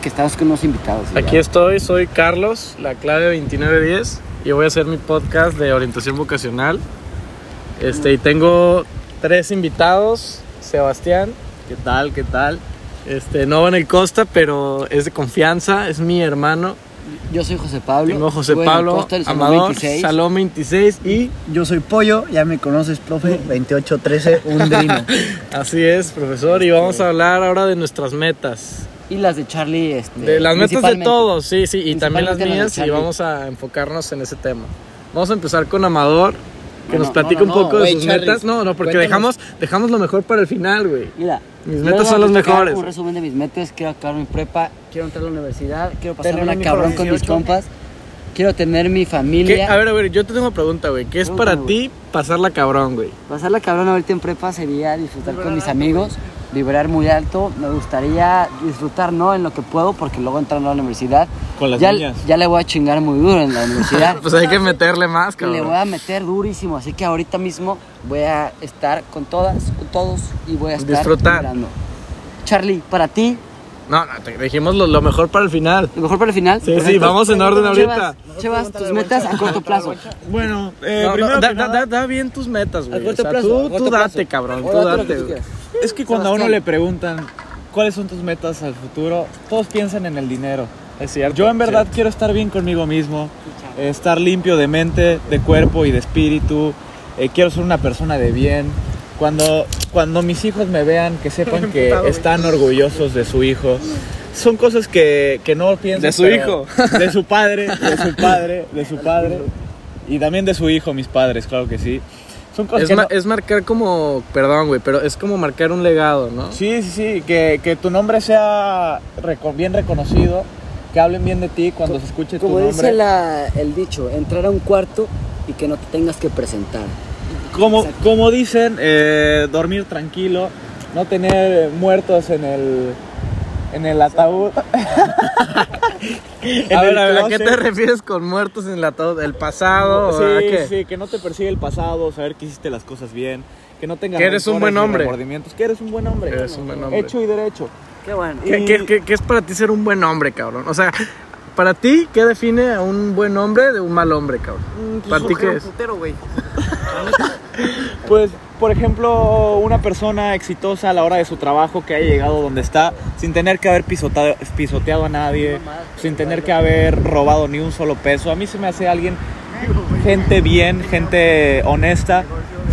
que estabas con unos invitados. ¿verdad? Aquí estoy, soy Carlos, la clave 2910, y voy a hacer mi podcast de orientación vocacional. Este, y tengo tres invitados, Sebastián, ¿qué tal? ¿Qué tal? Este, no va en el Costa, pero es de confianza, es mi hermano. Yo soy José Pablo. Tengo a José Vivo en el Pablo, Costa del Salón Amador, 26. Salón 26 y Yo soy Pollo, ya me conoces, profe, 2813, un drino. así es, profesor, y vamos a hablar ahora de nuestras metas. Y las de Charlie. Este, De las metas de principalmente. todos, sí, sí, y también las Principalmente las de mías, y Charlie. vamos a enfocarnos en ese tema. Vamos a empezar con Amador, que No, nos no, platica no, un no, poco de güey, sus Charlie, metas. No, no, porque cuéntanos. dejamos, dejamos lo mejor para el final, güey. Mira, Mis yo metas les voy son a las platicar mejores. Un resumen de mis metas, quiero acabar mi prepa, quiero entrar a la universidad, quiero pasar Tener una un hijo a cabrón los con mis 18. compas, quiero tener mi ¿Qué? familia. A ver, a ver, yo te tengo una pregunta, güey. ¿Qué es para Pregúntame, ti pasarla cabrón, güey? Pasar la cabrón ahorita en prepa sería disfrutar con mis amigos, vibrar muy alto. Me gustaría disfrutar, ¿no? En lo que puedo, porque luego entrando a la universidad. Con las ya, niñas. ya le voy a chingar muy duro en la universidad. Pues hay que meterle más, y le cabrón. voy a meter durísimo. Así que ahorita mismo voy a estar con todas, con todos y voy a estar Disfrutar. vibrando. Charlie, para ti, No, no, te dijimos lo, lo mejor para el final. lo mejor para el final. Sí, sí, vamos en orden ahorita. Llevas tus metas a corto plazo. Bueno, eh, No, no, da, da- da- da bien tus metas, güey. O corto sea, plazo, tú, a corto tú date, plazo. cabrón, O tú date lo que date, tú güey. quieras. es que cuando a uno Sebastián. le preguntan cuáles son tus metas al futuro, todos piensan en el dinero. Es cierto. Yo en verdad sí. quiero estar bien conmigo mismo, eh, estar limpio de mente, de cuerpo y de espíritu. eh, quiero ser una persona de bien. Cuando, cuando mis hijos me vean, que sepan que están orgullosos de su hijo. Son cosas que, que no piensan. De su hijo. De su padre, de su padre, de su padre. Y también de su hijo, mis padres, claro que sí. Son cosas Es, pues que ma- no- es marcar como, perdón, güey, pero es como marcar un legado, ¿no? Sí, sí, sí, que, que tu nombre sea reco- bien reconocido, que hablen bien de ti cuando se escuche tu Como nombre. dice la- el dicho, entrar a un cuarto y que no te tengas que presentar. Como, Exacto. como dicen, eh, dormir tranquilo, no tener muertos en el, en el ataúd. En a el ver, a ver, ¿a qué closet. te refieres con muertos en la todo? ¿El pasado? Sí, o a qué? sí, que no te persigue el pasado, saber que hiciste las cosas bien, que no tengas Que eres un rencores buen ni hombre. remordimientos, que eres un buen hombre. Eres un buen hombre. Hecho y derecho. Qué bueno. ¿Qué, qué- qué- qué es para ti ser un buen hombre, cabrón? O sea, para ti, ¿qué define a un buen hombre de un mal hombre, cabrón? Mm, ¿Para ti qué es? Pues, por ejemplo, una persona exitosa a la hora de su trabajo que haya llegado donde está, sin tener que haber pisotado- pisoteado a nadie, sin tener que haber robado ni un solo peso. A mí se me hace alguien, gente bien, gente honesta,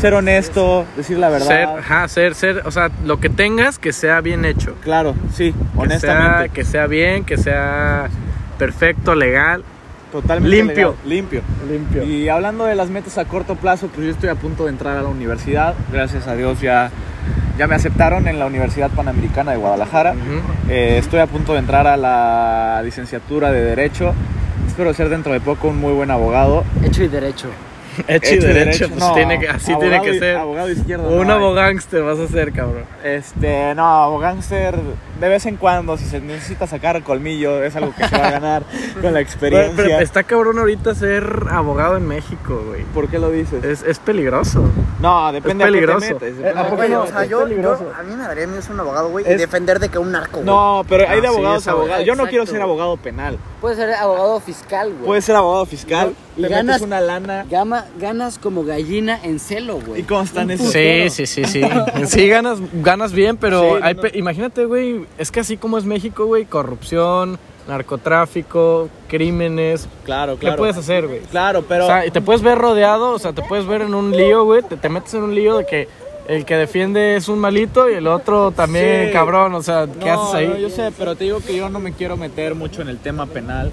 ser honesto, decir la Ser, verdad. ajá, ser, ser, o sea, lo que tengas que sea bien hecho. Claro, sí, Que sea, honestamente. que sea bien, que sea perfecto, legal. Totalmente limpio. legal, limpio. Limpio. Y hablando de las metas a corto plazo, pues yo estoy a punto de entrar a la universidad. Gracias a Dios ya, ya me aceptaron en la Universidad Panamericana de Guadalajara. Eh, estoy a punto de entrar a la licenciatura de Derecho. Espero ser dentro de poco un muy buen abogado. Hecho y derecho. Hecho y derecho, pues No, tiene que- así abogado tiene que y- ser. Abogado izquierdo. Un no, abogado gangster vas a ser, cabrón. Este, no, abogánster de vez en cuando, si se necesita sacar colmillo, es algo que se va a ganar con la Pero, experiencia. pero está cabrón ahorita ser abogado en México, güey. ¿Por qué lo dices? Es, es peligroso. no, depende a qué te eh, peligroso. metes, Eh, ¿a poco Oye, Güey, no? o sea, Es yo, peligroso. yo- a mí me daría miedo ser un abogado, güey, y Es- defender de que un narco, güey. No, pero hay de Ah, sí, abogados es a abogados. Yo no Exacto. quiero ser abogado penal. Puedes ser abogado fiscal, güey. Pues- Puedes ser abogado fiscal, Y le ganas- metes una lana. Gama- ganas como gallina en celo, güey. Y consta en Un eso. putero. sí, sí, sí. Sí, ganas, ganas bien, pero Sí, hay no, pe- imagínate, güey, es que así como es México, güey, corrupción, narcotráfico, crímenes. Claro, ¿Qué puedes hacer, güey? Claro, pero. O sea, y te puedes ver rodeado, o sea, te puedes ver en un lío, güey. Te, te metes en un lío de que el que defiende es un malito y el otro también, Sí. cabrón. O sea, ¿qué No, haces ahí? no, yo sé, pero te digo que yo no me quiero meter mucho en el tema penal.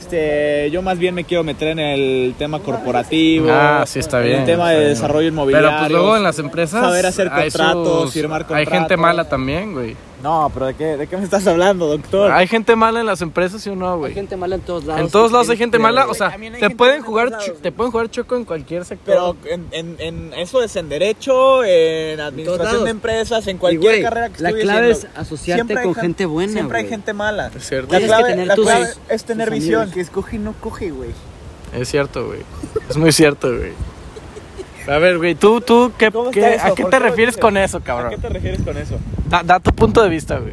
Este, yo más bien me quiero meter en el tema corporativo. Ah, sí, está En bien, el tema está de bien. desarrollo inmobiliario. Pero pues luego en las empresas. Saber hacer hay contratos, firmar Hay contratos. gente mala también, güey. No, pero ¿de qué, de qué me estás hablando, doctor? Hay gente mala en las empresas, ¿sí o no, Hay güey? gente mala en todos lados. En todos lados hay gente mala, o sea, También hay te gente pueden mala en jugar, todos chu- lados, te pueden jugar choco en cualquier Pero sector. en, en- en eso es en derecho, en administración lados. de empresas, en cualquier güey, carrera que la estudies, clave siendo- es asociarte siempre hay con gen- gente buena, Siempre hay güey. gente mala. Es cierto. La Tienes que clave, tener la tus- clave es tener tus visión. amigos. escoge no coge, güey. Es cierto, güey. Es muy cierto, güey. A ver, güey, tú, tú, ¿qué, ¿Cómo está qué- eso? ¿a qué ¿Por te qué lo refieres dices? con eso, ¿A qué cabrón? te refieres con eso? Da, da tu punto de vista, güey.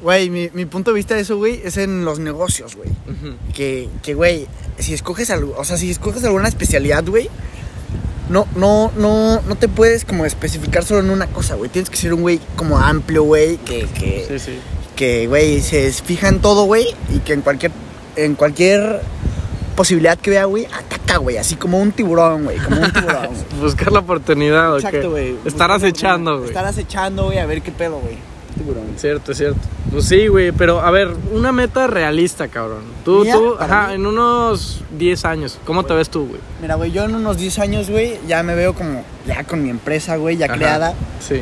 Güey, mi, mi punto de vista de eso, güey, es en los negocios, güey. Ujú. Que, que, güey, si escoges algo, o sea, si escoges alguna especialidad, güey, no, no, no, no te puedes como especificar solo en una cosa, güey. Tienes que ser un güey como amplio, güey, que, que, Sí, sí. que, güey, se fija en todo, güey, y que en cualquier, en cualquier posibilidad que vea, güey, ataca, güey, así como un tiburón, güey, como un tiburón, güey. Buscar la oportunidad, ¿o qué? Exacto, güey. Estar acechando, güey. Estar acechando, güey, a ver qué pedo, güey. Cierto, cierto. Pues sí, güey, pero a ver, una meta realista, cabrón. Tú, ¿Mía? tú, Para ajá, mí. en unos 10 años, ¿cómo te ves tú, güey? Mira, güey, yo en unos 10 años, güey, ya me veo como ya con mi empresa, güey, ya Ajá. creada. Sí.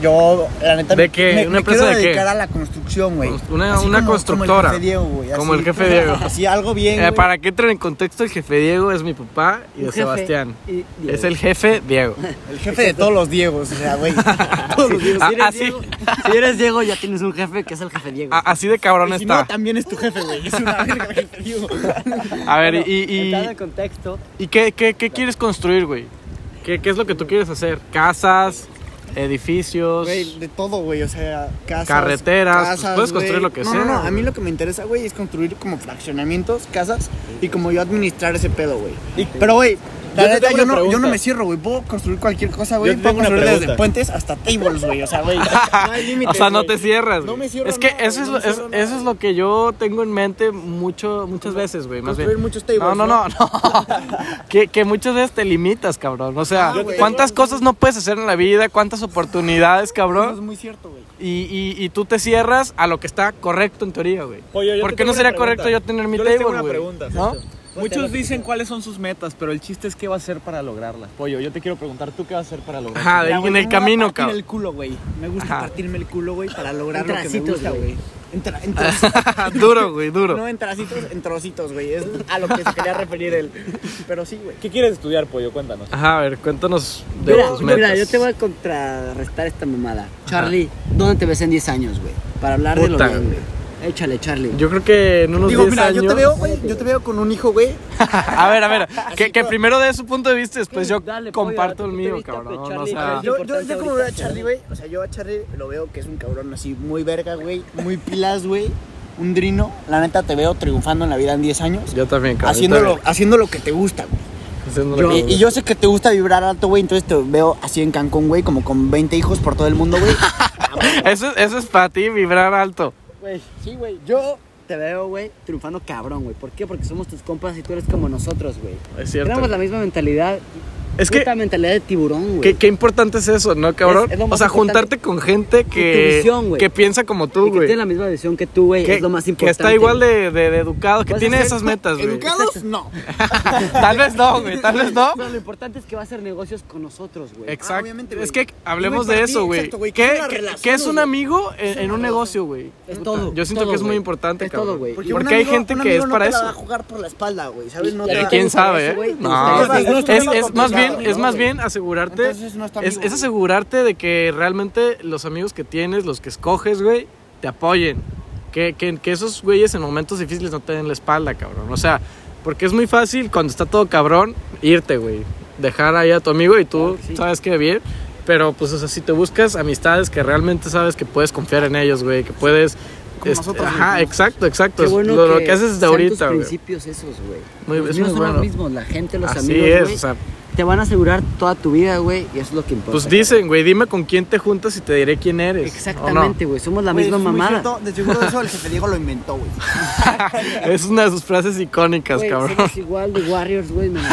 Yo, la neta, ¿De me- qué? me, ¿Una me empresa quiero de qué? dedicar a la construcción, güey. Una- Así una constructora. Como el jefe Diego, güey. Como así. el jefe Diego. Así, algo bien, Eh, güey. para que entren en contexto, el jefe Diego es mi papá y de Un jefe Sebastián. y Diego. Es el jefe Diego. El jefe de todos los Diegos, o sea, güey. Todos los días. Ah, Ah, Si eres, así. Diego, si eres Diego, ya tienes un jefe que es el jefe Diego. A- así de cabrón Y Pues si está. no, también es tu jefe, güey. Es una verga, el jefe Diego. A ver, Bueno, y, y, entrando en contexto, y qué, qué- qué quieres construir, güey? ¿Qué, qué es lo que tú quieres hacer? ¿Casas? ¿Edificios? Güey, de todo, güey, o sea, casas. Carreteras, pues, puedes güey. construir lo que no, sea, No, no, a mí güey. lo que me interesa, güey, es construir como fraccionamientos, casas y como yo administrar ese pedo, güey. Y- Pero, güey, la Yo te neta, tengo yo una no, yo no pregunta. me cierro, güey. Puedo construir cualquier cosa, güey. Yo te Puedo tengo una construir desde pregunta. puentes hasta tables, güey. O sea, güey, no hay O límites. sea, no güey. te cierras. No güey. me cierro Es que nada, eso, es, güey, no me es- cierro nada, eso es lo que yo tengo en mente mucho, muchas veces, güey. Más construir bien. muchos tables, No, no, no. ¿no? no. que, que muchas veces te limitas, cabrón. O sea, Ah, güey. ¿cuántas cosas no puedes hacer en la vida? ¿Cuántas oportunidades, Eso es cabrón? muy cierto, güey. Y, y- y tú te cierras a lo que está correcto en teoría, güey. Pollo, yo ¿Por te qué tengo no una sería pregunta. correcto yo tener mi Yo les table, tengo una güey? pregunta, ¿No? Sergio. Muchos dicen cuáles son sus metas, pero el chiste es qué va a hacer para lograrlas. Pollo, yo te quiero preguntar, ¿tú qué vas a hacer para lograrlas? Ajá, de- Mira, güey, en me el voy a camino, partir el cabrón. culo, güey. Me gusta Ajá. partirme el culo, güey, para lograr En lo que me tracitos, gusta, güey. güey. En, tra- en trocitos. duro, güey, duro. No en tracitos, en trocitos, güey. Es a lo que se quería referir él. Pero sí, güey. ¿Qué quieres estudiar, Pollo? Cuéntanos. Ajá, a ver, cuéntanos de mira, tus mira, metas. yo te voy a contrarrestar esta mamada. Charlie, ¿dónde te ves en 10 años, güey? Para hablar de lo Puta, bien, güey. Échale, Charlie. Yo creo que en unos Digo, 10 mira, años... yo te veo, güey, yo te veo con un hijo, güey. A ver, a ver, que, que primero dé su punto de vista y después yo Dale, pues, pollo, comparto el date tu mío, vista, cabrón. pues, Charlie, o sea, dale. Yo, yo, importante yo como ahorita veo a Charlie, güey, o sea, yo a Charlie lo veo que es un cabrón así muy verga, güey, muy pilas, güey, un drino. La neta te veo triunfando en la vida en 10 años, yo también, cabrón. haciendo yo lo, también. haciendo lo que te gusta, güey. Haciéndolo como- Y, y yo sé que te gusta vibrar alto, güey, entonces te veo así en Cancún, güey, como con 20 hijos por todo el mundo, güey. Ah, Eso, es- eso es para ti, vibrar alto. Güey, sí, güey. Yo te veo, güey, triunfando cabrón, güey. ¿Por qué? Porque somos tus compas y tú eres como nosotros, güey. Es Tenemos la misma mentalidad. Es que, Puta mentalidad de tiburón, güey. qué, qué importante es eso, ¿no, cabrón? Es- es lo o más sea, importante. juntarte con gente que, tu visión, güey. que piensa como tú, Y que güey. tiene la misma visión que tú, güey. Que, Es lo más que importante. está igual güey. Pues de, de- de educado, que Vas a tiene ser esas metas, güey. ¿Educados? No. Tal vez no, güey, tal vez no. Pero lo importante es que va a hacer negocios con nosotros, güey. Exacto. obviamente, güey. es que Y, hablemos güey, de para ti, eso, güey. exacto, güey, ¿Qué, que es una qué- relación, qué es un güey. amigo en, en un negocio, güey? Es todo. Yo siento todo, que es muy güey. importante, Es cabrón. Pues, todo, güey. Porque, un hay amigo- gente un que amigo es no para te la eso. va a jugar por la espalda, güey, ¿sabes? No te y la- ¿te quién gusta sabe, eso, ¿eh? güey? ¿Te No, gusta eso? es, Está es- bien es más bien, complicado, es más güey. bien asegurarte, Entonces no es tu es, amigo, es güey. asegurarte de que realmente los amigos que tienes, los que escoges, güey, te apoyen. Que, que, que esos güeyes en momentos difíciles no te den la espalda, cabrón. O sea, porque es muy fácil cuando está todo cabrón irte, güey. Dejar ahí a tu amigo y tú Claro que sí. sabes que bien. Pero pues, o sea, si te buscas amistades que realmente sabes que puedes confiar en ellos, güey, que puedes... Como este, nosotros ajá, mismos. exacto, exacto. Qué bueno lo, lo que que haces desde sean ahorita, tus güey. principios esos, güey. Muy- Los es míos muy son bueno. los mismos, la gente, los Así amigos, es, güey, o sea, te van a asegurar toda tu vida, güey, y eso es lo que importa. Pues dicen, güey, dime con quién te juntas y te diré quién cabrón. eres. Exactamente, güey, somos la Güey, misma eso es muy mamada. cierto. De seguro eso el jefe Diego lo inventó, güey. ¿o no? Es una de sus frases icónicas, Güey, cabrón. somos igual de Warriors, güey, menos-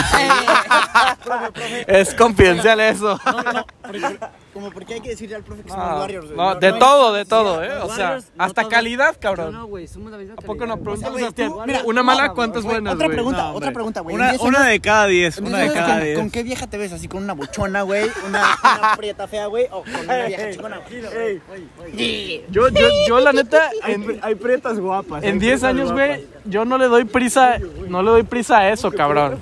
Es confidencial eso. Como porque hay que decirle al profe que somos No, Warriors, güey. de no, todo, de todo, ¿eh? Los O sea, Warriors, no hasta todos- calidad, No, cabrón. no, güey, somos la misma ¿A poco calidad, no? güey. O sea, Pregúntale, güey, Este, Sebastián. tú- Mira, mira, una no, mala, güey, ¿cuántas güey, buenas, Otra güey? pregunta, No, otra hombre. pregunta, güey. Una, En diez una años- de cada diez, en una diez de años, cada ¿con, diez. ¿Con qué vieja te ves? ¿Así con una buchona, güey? Una, una prieta fea, güey. O con una vieja chingona. güey. Yo, yo, yo, la neta, en, Hay pretas guapas. en 10 años, güey, yo no le doy prisa, no le doy prisa a eso, cabrón.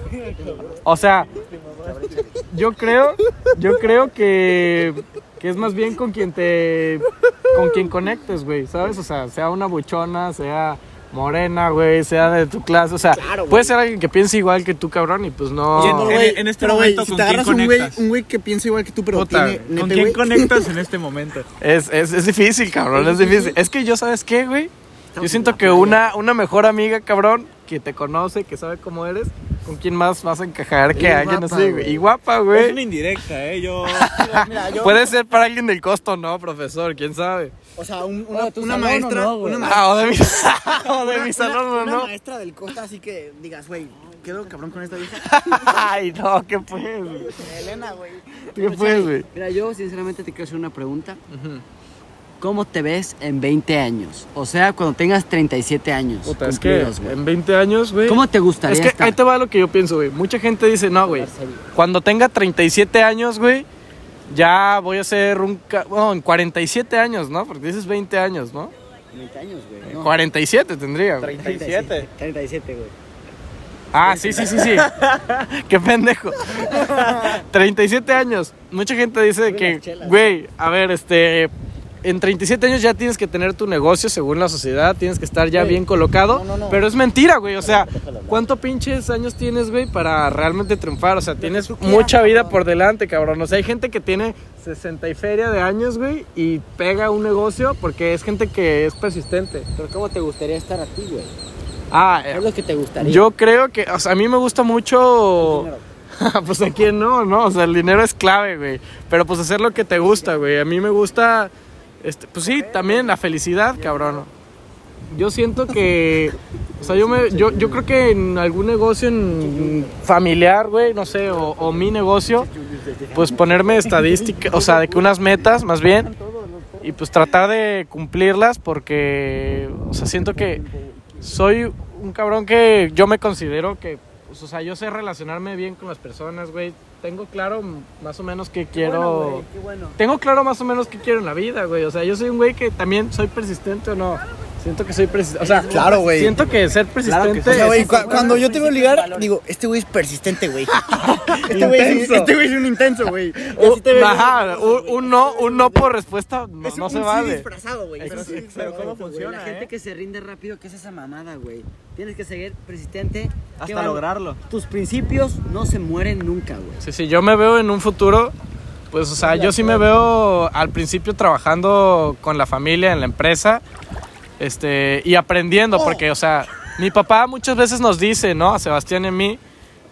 O sea, yo creo, yo creo que, que es más bien con quien te, con quien conectes, güey, ¿sabes? O sea, sea una buchona, sea morena, güey, sea de tu clase. O sea, puede ser alguien que piense igual que tú, cabrón, y pues no. Yendo, güey, En- en este pero, güey, momento, si ¿con te quién agarras un güey, conectas? un güey que piensa igual que tú, pero Puta, tiene... ¿Con neta, quién güey, conectas en este momento? Es, es, es difícil, cabrón, es difícil. Es que yo, ¿sabes qué, güey? Yo siento que una, una mejor amiga, cabrón, que te conoce, que sabe cómo eres, ¿con quién más vas a encajar que Y alguien guapa, así, güey? güey. Y guapa, Es una güey. indirecta, ¿eh? Yo. Puede ser para alguien del costo, ¿no, profesor? ¿Quién sabe? O sea, un- una, Oh, ¿tu una salón o maestra... no, güey? una ma- Ah, o de mi, o de mi salón, una ¿no? maestra del costa, así que digas, güey, quedo cabrón con esta vieja. Ay, no, ¿qué pues? güey? Elena, güey. ¿Qué pues, güey? Mira, yo sinceramente te quiero hacer una pregunta. ¿Cómo te ves en 20 años? O sea, cuando tengas 37 años. Puta, es que cumplidos, güey. en 20 años, güey. ¿Cómo te gustaría Es que estar? ahí te va lo que yo pienso, güey. Mucha gente dice, no, güey. Cuando tenga 37 años, güey, ya voy a ser un... ca- Bueno, en 47 años, ¿no? Porque dices 20 años, ¿no? 20 años, güey. En no. 47 tendría. güey. 37. 37, güey. Ah, sí, sí, sí, sí. Qué pendejo. 37 años. Mucha gente dice que, güey, a ver, este... En 37 años ya tienes que tener tu negocio según la sociedad, tienes que estar ya bien colocado. Pero es mentira, güey. O sea, ¿cuántos pinches años tienes, güey, para realmente triunfar? O sea, tienes mucha vida por delante, cabrón. O sea, hay gente que tiene 60 y feria de años, güey, y pega un negocio porque es gente que es persistente. Pero ¿cómo te gustaría estar a ti, güey? Ah, ¿Qué eh, es lo que te gustaría? yo creo que, o sea, a mí me gusta mucho. pues a quién no, ¿no? O sea, el dinero es clave, güey. Pero pues hacer lo que te gusta, güey. A mí me gusta. Este, pues sí, también la felicidad, cabrón. Yo siento que. O sea, yo, me, yo, yo creo que en algún negocio en familiar, güey, no sé, o, o mi negocio, pues ponerme estadística, o sea, de que unas metas, más bien, y pues tratar de cumplirlas porque, o sea, siento que soy un cabrón que yo me considero que, pues, o sea, yo sé relacionarme bien con las personas, güey. Tengo claro m- más o menos qué quiero. ¿Eh? Tengo claro más o menos qué quiero en la vida, güey. O sea, yo soy un güey que también soy persistente o no. Siento que soy persistente. O sea, Claro, güey. Siento que ser persistente. O sea, güey, es- cua- cuando yo te veo ligar, digo, este güey es persistente, güey. Este güey es, Intenso. este güey es un intenso, güey. Y así te un, veo ajá, un, un no, un no por respuesta no, no se vale. disfrazado, güey. Pero sí, Pero ¿cómo Güey, funciona? la gente eh? que se rinde rápido, ¿qué es esa mamada, güey? Tienes que seguir persistente. ¿Qué Hasta va- lograrlo. Tus principios no se mueren nunca, güey. Sí, sí, yo me veo en un futuro, pues, o sea, yo sí me veo al principio trabajando con la familia, en la empresa, este, y aprendiendo, porque, o sea, mi papá muchas veces nos dice, ¿no? A Sebastián y a mí,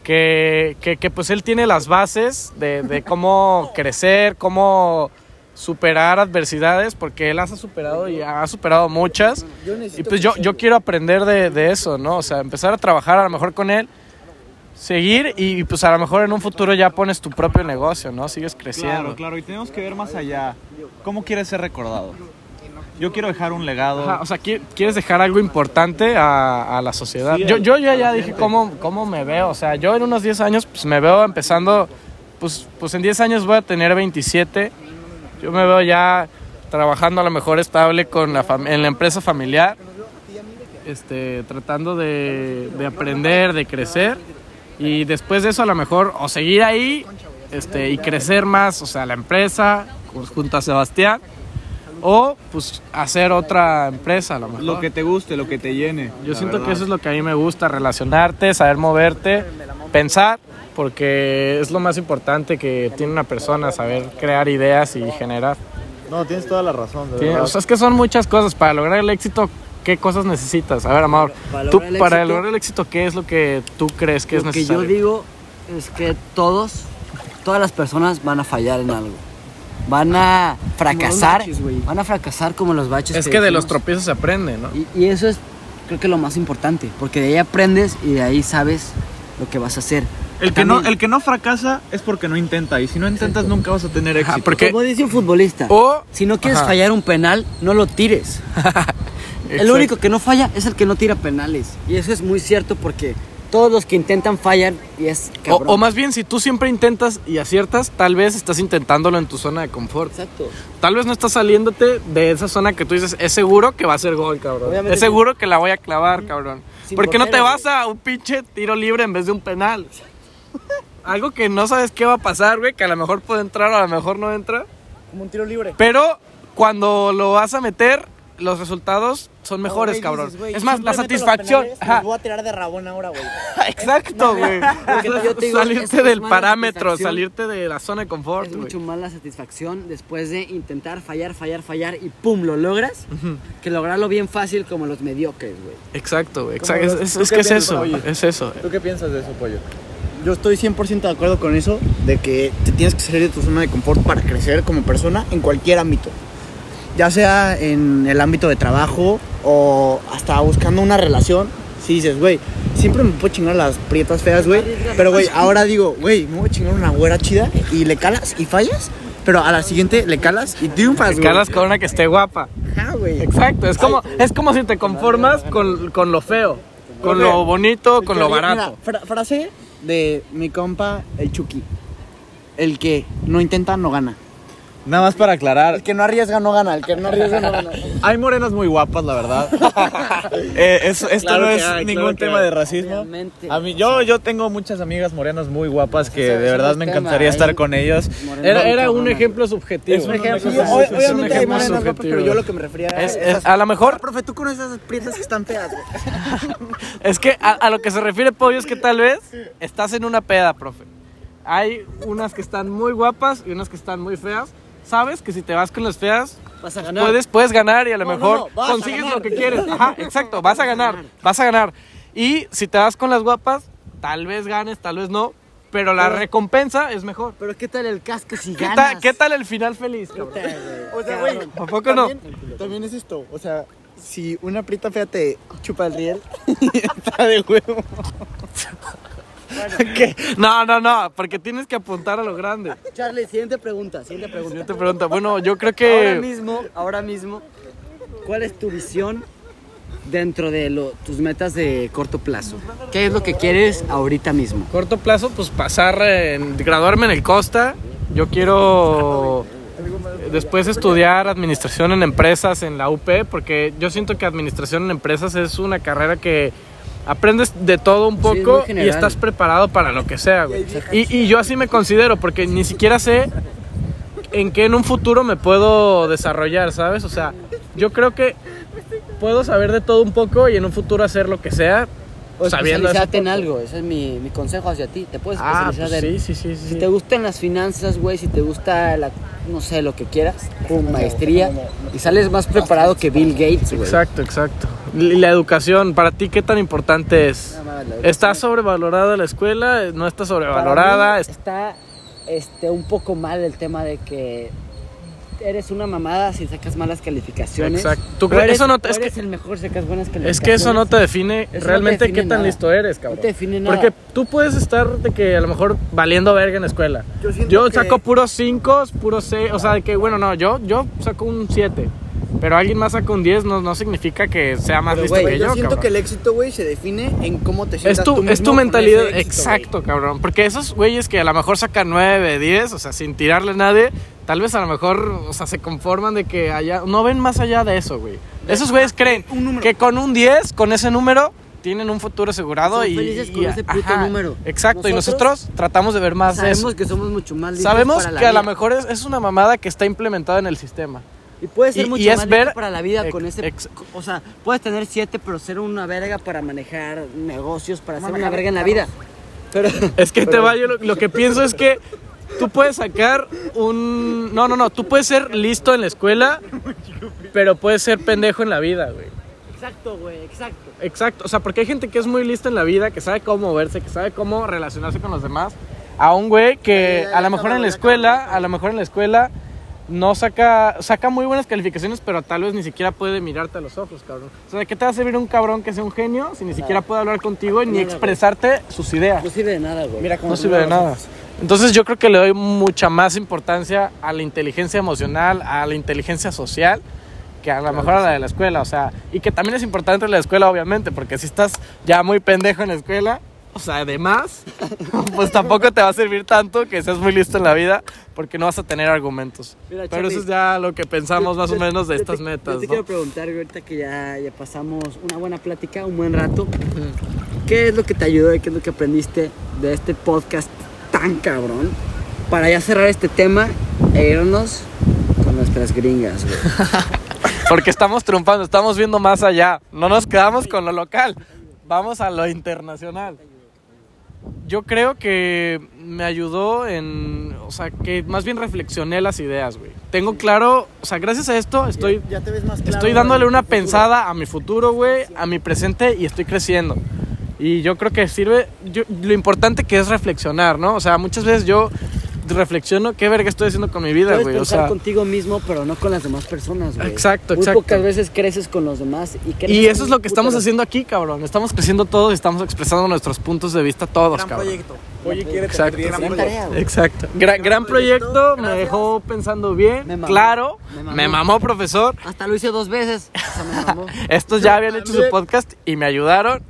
que, que, que, pues él tiene las bases de, de cómo crecer, cómo superar adversidades, porque él las ha superado y ha superado muchas. Y pues yo, yo quiero aprender de, de eso, ¿no? O sea, empezar a trabajar a lo mejor con él seguir y pues a lo mejor en un futuro ya pones tu propio negocio, ¿no? Sigues creciendo. Claro, claro. Y tenemos que ver más allá. ¿Cómo quieres ser recordado? Yo quiero dejar un legado. Ajá, o sea, qui- quieres dejar algo importante a, a la sociedad. Sí, yo, yo a ya, la ya gente. dije cómo, cómo me veo, o sea, yo en unos 10 años pues me veo empezando, pues, pues en 10 años voy a tener 27, yo me veo ya trabajando a lo mejor estable con la fam- en la empresa familiar, este, tratando de, de aprender, de crecer y después de eso a lo mejor o seguir ahí este, y crecer más, o sea, la empresa pues, junto a Sebastián. O pues hacer otra empresa a lo mejor. Lo que te guste, lo que te llene. Yo la siento que verdad. eso es lo que a mí me gusta, relacionarte, saber moverte, pensar, porque es lo más importante que tiene una persona, saber crear ideas y generar. No, tienes toda la razón, de Tiene- verdad. o sea, es que son muchas cosas. Para lograr el éxito, ¿qué cosas necesitas? A ver, Amador, Para tú, lograr el para éxito- lograr el éxito, ¿qué es lo que tú crees que es Lo que yo necesario? digo es que todos, todas las personas van a fallar en algo. Van a fracasar. baches, güey. van a fracasar como los baches. es que de los decimos. tropiezos se aprende, ¿no? Y, y eso es, creo que lo más importante, porque de ahí aprendes y de ahí sabes lo que vas a hacer. El que, no, También- el que no fracasa es porque no intenta. Y si no intentas, nunca vas a tener éxito. porque- Como dice un futbolista, O- si no quieres Ajá. fallar un penal, no lo tires. El Exacto. único que no falla es el que no tira penales. Y eso es muy cierto porque todos los que intentan fallan y es O, cabrón. o más bien, si tú siempre intentas y aciertas, tal vez estás intentándolo en tu zona de confort. Exacto. Tal vez no estás saliéndote de esa zona que tú dices, es seguro que va a ser gol, cabrón. Obviamente es seguro que la voy a clavar, cabrón. Sin ¿Por qué no te portero, vas a un pinche tiro libre en vez de un penal? Algo que no sabes qué va a pasar, güey, que a lo mejor puede entrar, a lo mejor no entra. Como un tiro libre. Pero cuando lo vas a meter, los resultados son Oh, mejores, güey, cabrón. dices, güey, es más, la siempre meto los satisfacción. penales, ajá, los Voy a tirar de rabón ahora, güey. exacto, güey. porque yo te digo, eso salirte es del mala parámetro, satisfacción. salirte de la zona de confort, Es güey. mucho más la satisfacción después de intentar fallar, fallar, fallar y pum, lo logras, que lograrlo bien fácil como los mediocres, güey. Exacto, güey. ¿Cómo exacto, Es, ves? es- ¿Tú es qué que es piensas, eso, oye? es eso. ¿Tú qué piensas de eso, pollo? Yo estoy 100% de acuerdo con eso, de que te tienes que salir de tu zona de confort para crecer como persona en cualquier ámbito. Ya sea en el ámbito de trabajo o hasta buscando una relación. Si dices, güey, siempre me puedo chingar las prietas feas, güey. Pero, güey, ahora digo, güey, me voy a chingar una güera chida y le calas y fallas. Pero a la siguiente le calas y triunfas, güey. Carlos con una que esté guapa. Ajá, güey. Exacto, es como, es como si te conformas con, con lo feo, con lo bonito, con lo Mira, barato. fra- frase de mi compa, el Chucky. El que no intenta, no gana. Nada más para aclarar, El que no arriesga no gana, el que no arriesga no gana. hay morenas muy guapas, la verdad. Eh, eso- esto Claro no que es hay, ningún claro que tema hay. de racismo. Obviamente. A mí, yo, yo tengo muchas amigas morenas muy guapas que Ese- de ese verdad es me tema, encantaría ahí- estar con ellas. Morena, Era, era un cabrona, ejemplo subjetivo. Es un ejemplo Sí, subjetivo. obvio- Es un obviamente hay ejemplo más subjetivo. guapas, pero yo lo que- me refería Es- es- a lo mejor Profe, tú con esas prietas que están feas, güey. Es que a, a lo que se refiere Pollo es que tal vez estás en una peda, profe. Hay unas que están muy guapas y unas que están muy feas. Sabes que si te vas con las feas, Vas a ganar. puedes, puedes ganar y a lo mejor no, vas a consigues ganar. lo que quieres. Ajá, exacto, vas a ganar, vas a ganar. Y si te vas con las guapas, tal vez ganes, tal vez no, pero la recompensa es mejor. Pero ¿qué tal el casco si ¿Qué, ganas? tal, ¿Qué tal el final feliz, cabrón? O sea, güey. ¿A poco no? También, también es esto. O sea, si una prieta fea te chupa el riel, está de huevo. ¿Qué? No, no, no, porque tienes que apuntar a lo grande. Charlie, siguiente pregunta, siguiente pregunta. Te pregunta, bueno, yo creo Ahora que... mismo, ahora mismo, ¿cuál es tu visión dentro de lo- tus metas de corto plazo? ¿Qué es lo que quieres ahorita mismo? Corto plazo, pues pasar, en, graduarme en el Costa. Yo quiero eh, después estudiar administración en empresas en la UP, porque yo siento que administración en empresas es una carrera que aprendes de todo un es poco muy general. y estás preparado para lo que sea. güey. Y, y yo así me considero, porque ni siquiera sé en qué en un futuro me puedo desarrollar, ¿sabes? O sea, yo creo que puedo saber de todo un poco y en un futuro hacer lo que sea. O sabiendo eso. especializarte en algo, ese es mi, mi consejo hacia ti. Te puedes Ah, especializar pues en sí, sí, sí, sí. Si te gustan las finanzas, güey, si te gusta la, no sé, lo que quieras, pum, maestría, y sales más preparado que Bill Gates, güey. Exacto, exacto. Y la educación, ¿para ti qué tan importante es? Nada más, la ¿Está sobrevalorada la escuela? ¿No está Para mí sobrevalorada? Es- Está este, un poco mal el tema de que eres una mamada si sacas malas calificaciones. Exacto. ¿Tú O crees- eres- eso no o te- es eres el mejor si sacas buenas calificaciones. Es que eso no te define no te realmente define qué tan nada. listo eres, cabrón. No te define nada. Porque tú puedes estar de que a lo mejor valiendo verga en la escuela. Yo, saco puros 5, puros 6, o sea, de que bueno, no, yo, yo saco un 7. Pero alguien más saca un 10 no, no significa que sea más listo Güey, que yo yo, siento cabrón. que el éxito, güey, se define en cómo te sientas Es tu, tú es mismo tu con mentalidad, ese éxito, güey. exacto, cabrón. Porque esos güeyes que a lo mejor sacan 9, 10, o sea, sin tirarle a nadie, tal vez a lo mejor, o sea, se conforman de que allá, no ven más allá de eso, güey. Esos güeyes creen que con un 10, con ese número, tienen un futuro asegurado Son y. felices con y- ese puto número. Exacto, y Nosotros nosotros tratamos de ver más de Sabemos eso. que somos mucho más listos Sabemos para la que a vida. lo mejor es, es una mamada que está implementada en el sistema. Y puedes ser Y- mucho y es más listo ver- para la vida ex- con ese... ex- o sea, puedes tener siete, pero ser una verga para manejar negocios, para ser una verga en la vida. Pero... Es que ahí te va, yo lo, lo que pienso es que tú puedes sacar un... No, no, no, tú puedes ser listo en la escuela, pero puedes ser pendejo en la vida, güey. Exacto, güey, exacto. Exacto, o sea, porque hay gente que es muy lista en la vida, que sabe cómo moverse, que sabe cómo relacionarse con los demás, a un güey que a lo mejor en la escuela, a lo mejor en la escuela no saca saca muy buenas calificaciones, pero tal vez ni siquiera puede mirarte a los ojos, cabrón. O sea, ¿de qué te va a servir un cabrón que sea un genio si ni siquiera puede hablar contigo ni Nada, güey. expresarte sus ideas? No sirve de nada, güey. Mira cómo No te sirve de miran los nada. ojos. Entonces yo creo que le doy mucha más importancia a la inteligencia emocional, a la inteligencia social, que a lo mejor a la de la escuela. O sea, y que también es importante la escuela, obviamente, porque si estás ya muy pendejo en la escuela, o sea, además, pues tampoco te va a servir tanto que seas muy listo en la vida, porque no vas a tener argumentos. Mira, Pero eso Charlie, es ya lo que pensamos más o Yo- menos de yo te- estas metas. Yo te ¿no? quiero preguntar, güey, ahorita que ya, ya pasamos una buena plática, un buen rato. ¿Qué es lo que te ayudó y qué es lo que aprendiste de este podcast tan cabrón? Para ya cerrar este tema e irnos con nuestras gringas, güey. Porque estamos triunfando, estamos viendo más allá. No nos quedamos con lo local, vamos a lo internacional. Yo creo que me ayudó en, o sea, que más bien reflexioné las ideas, güey. Tengo claro, o sea, gracias a esto estoy Ya te ves más claro. Estoy dándole una pensada a mi futuro, güey, a mi presente y estoy creciendo. Y yo creo que sirve, yo- lo importante que es reflexionar, ¿no? O sea, muchas veces yo reflexiono qué verga estoy haciendo con mi vida, Puedes güey. O pensar sea, contigo mismo, pero no con las demás personas, güey. Exacto, Muy exacto. pocas veces creces con los demás y creces y con eso es un lo que puto estamos de- haciendo aquí, cabrón. Estamos creciendo todos y estamos expresando nuestros puntos de vista todos, Gran cabrón. proyecto. Oye, quiere Exacto. tener Gran tarea, güey. Exacto. Gra- gran proyecto, me dejó pensando bien, Me mamó. claro. Me mamó. me mamó, profesor. Hasta lo hice dos veces. O sea, me mamó. Estos ya habían hecho su podcast y me ayudaron.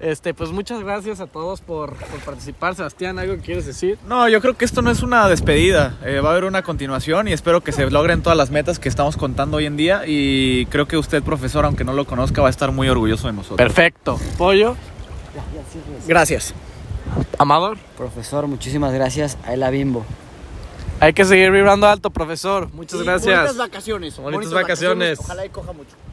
Este, pues muchas gracias a todos por, por participar. Sebastián, ¿algo que quieres decir? No, yo creo que esto no es una despedida. Eh, va a haber una continuación y espero que se logren todas las metas que estamos contando hoy en día. Y creo que usted, profesor, aunque no lo conozca, va a estar muy orgulloso de nosotros. Perfecto. Pollo, Gracias. Amador. Profesor, muchísimas gracias. Ahí la bimbo. Hay que seguir vibrando alto, profesor. Muchas gracias. vacaciones. Bonitas vacaciones. Ojalá y coja mucho.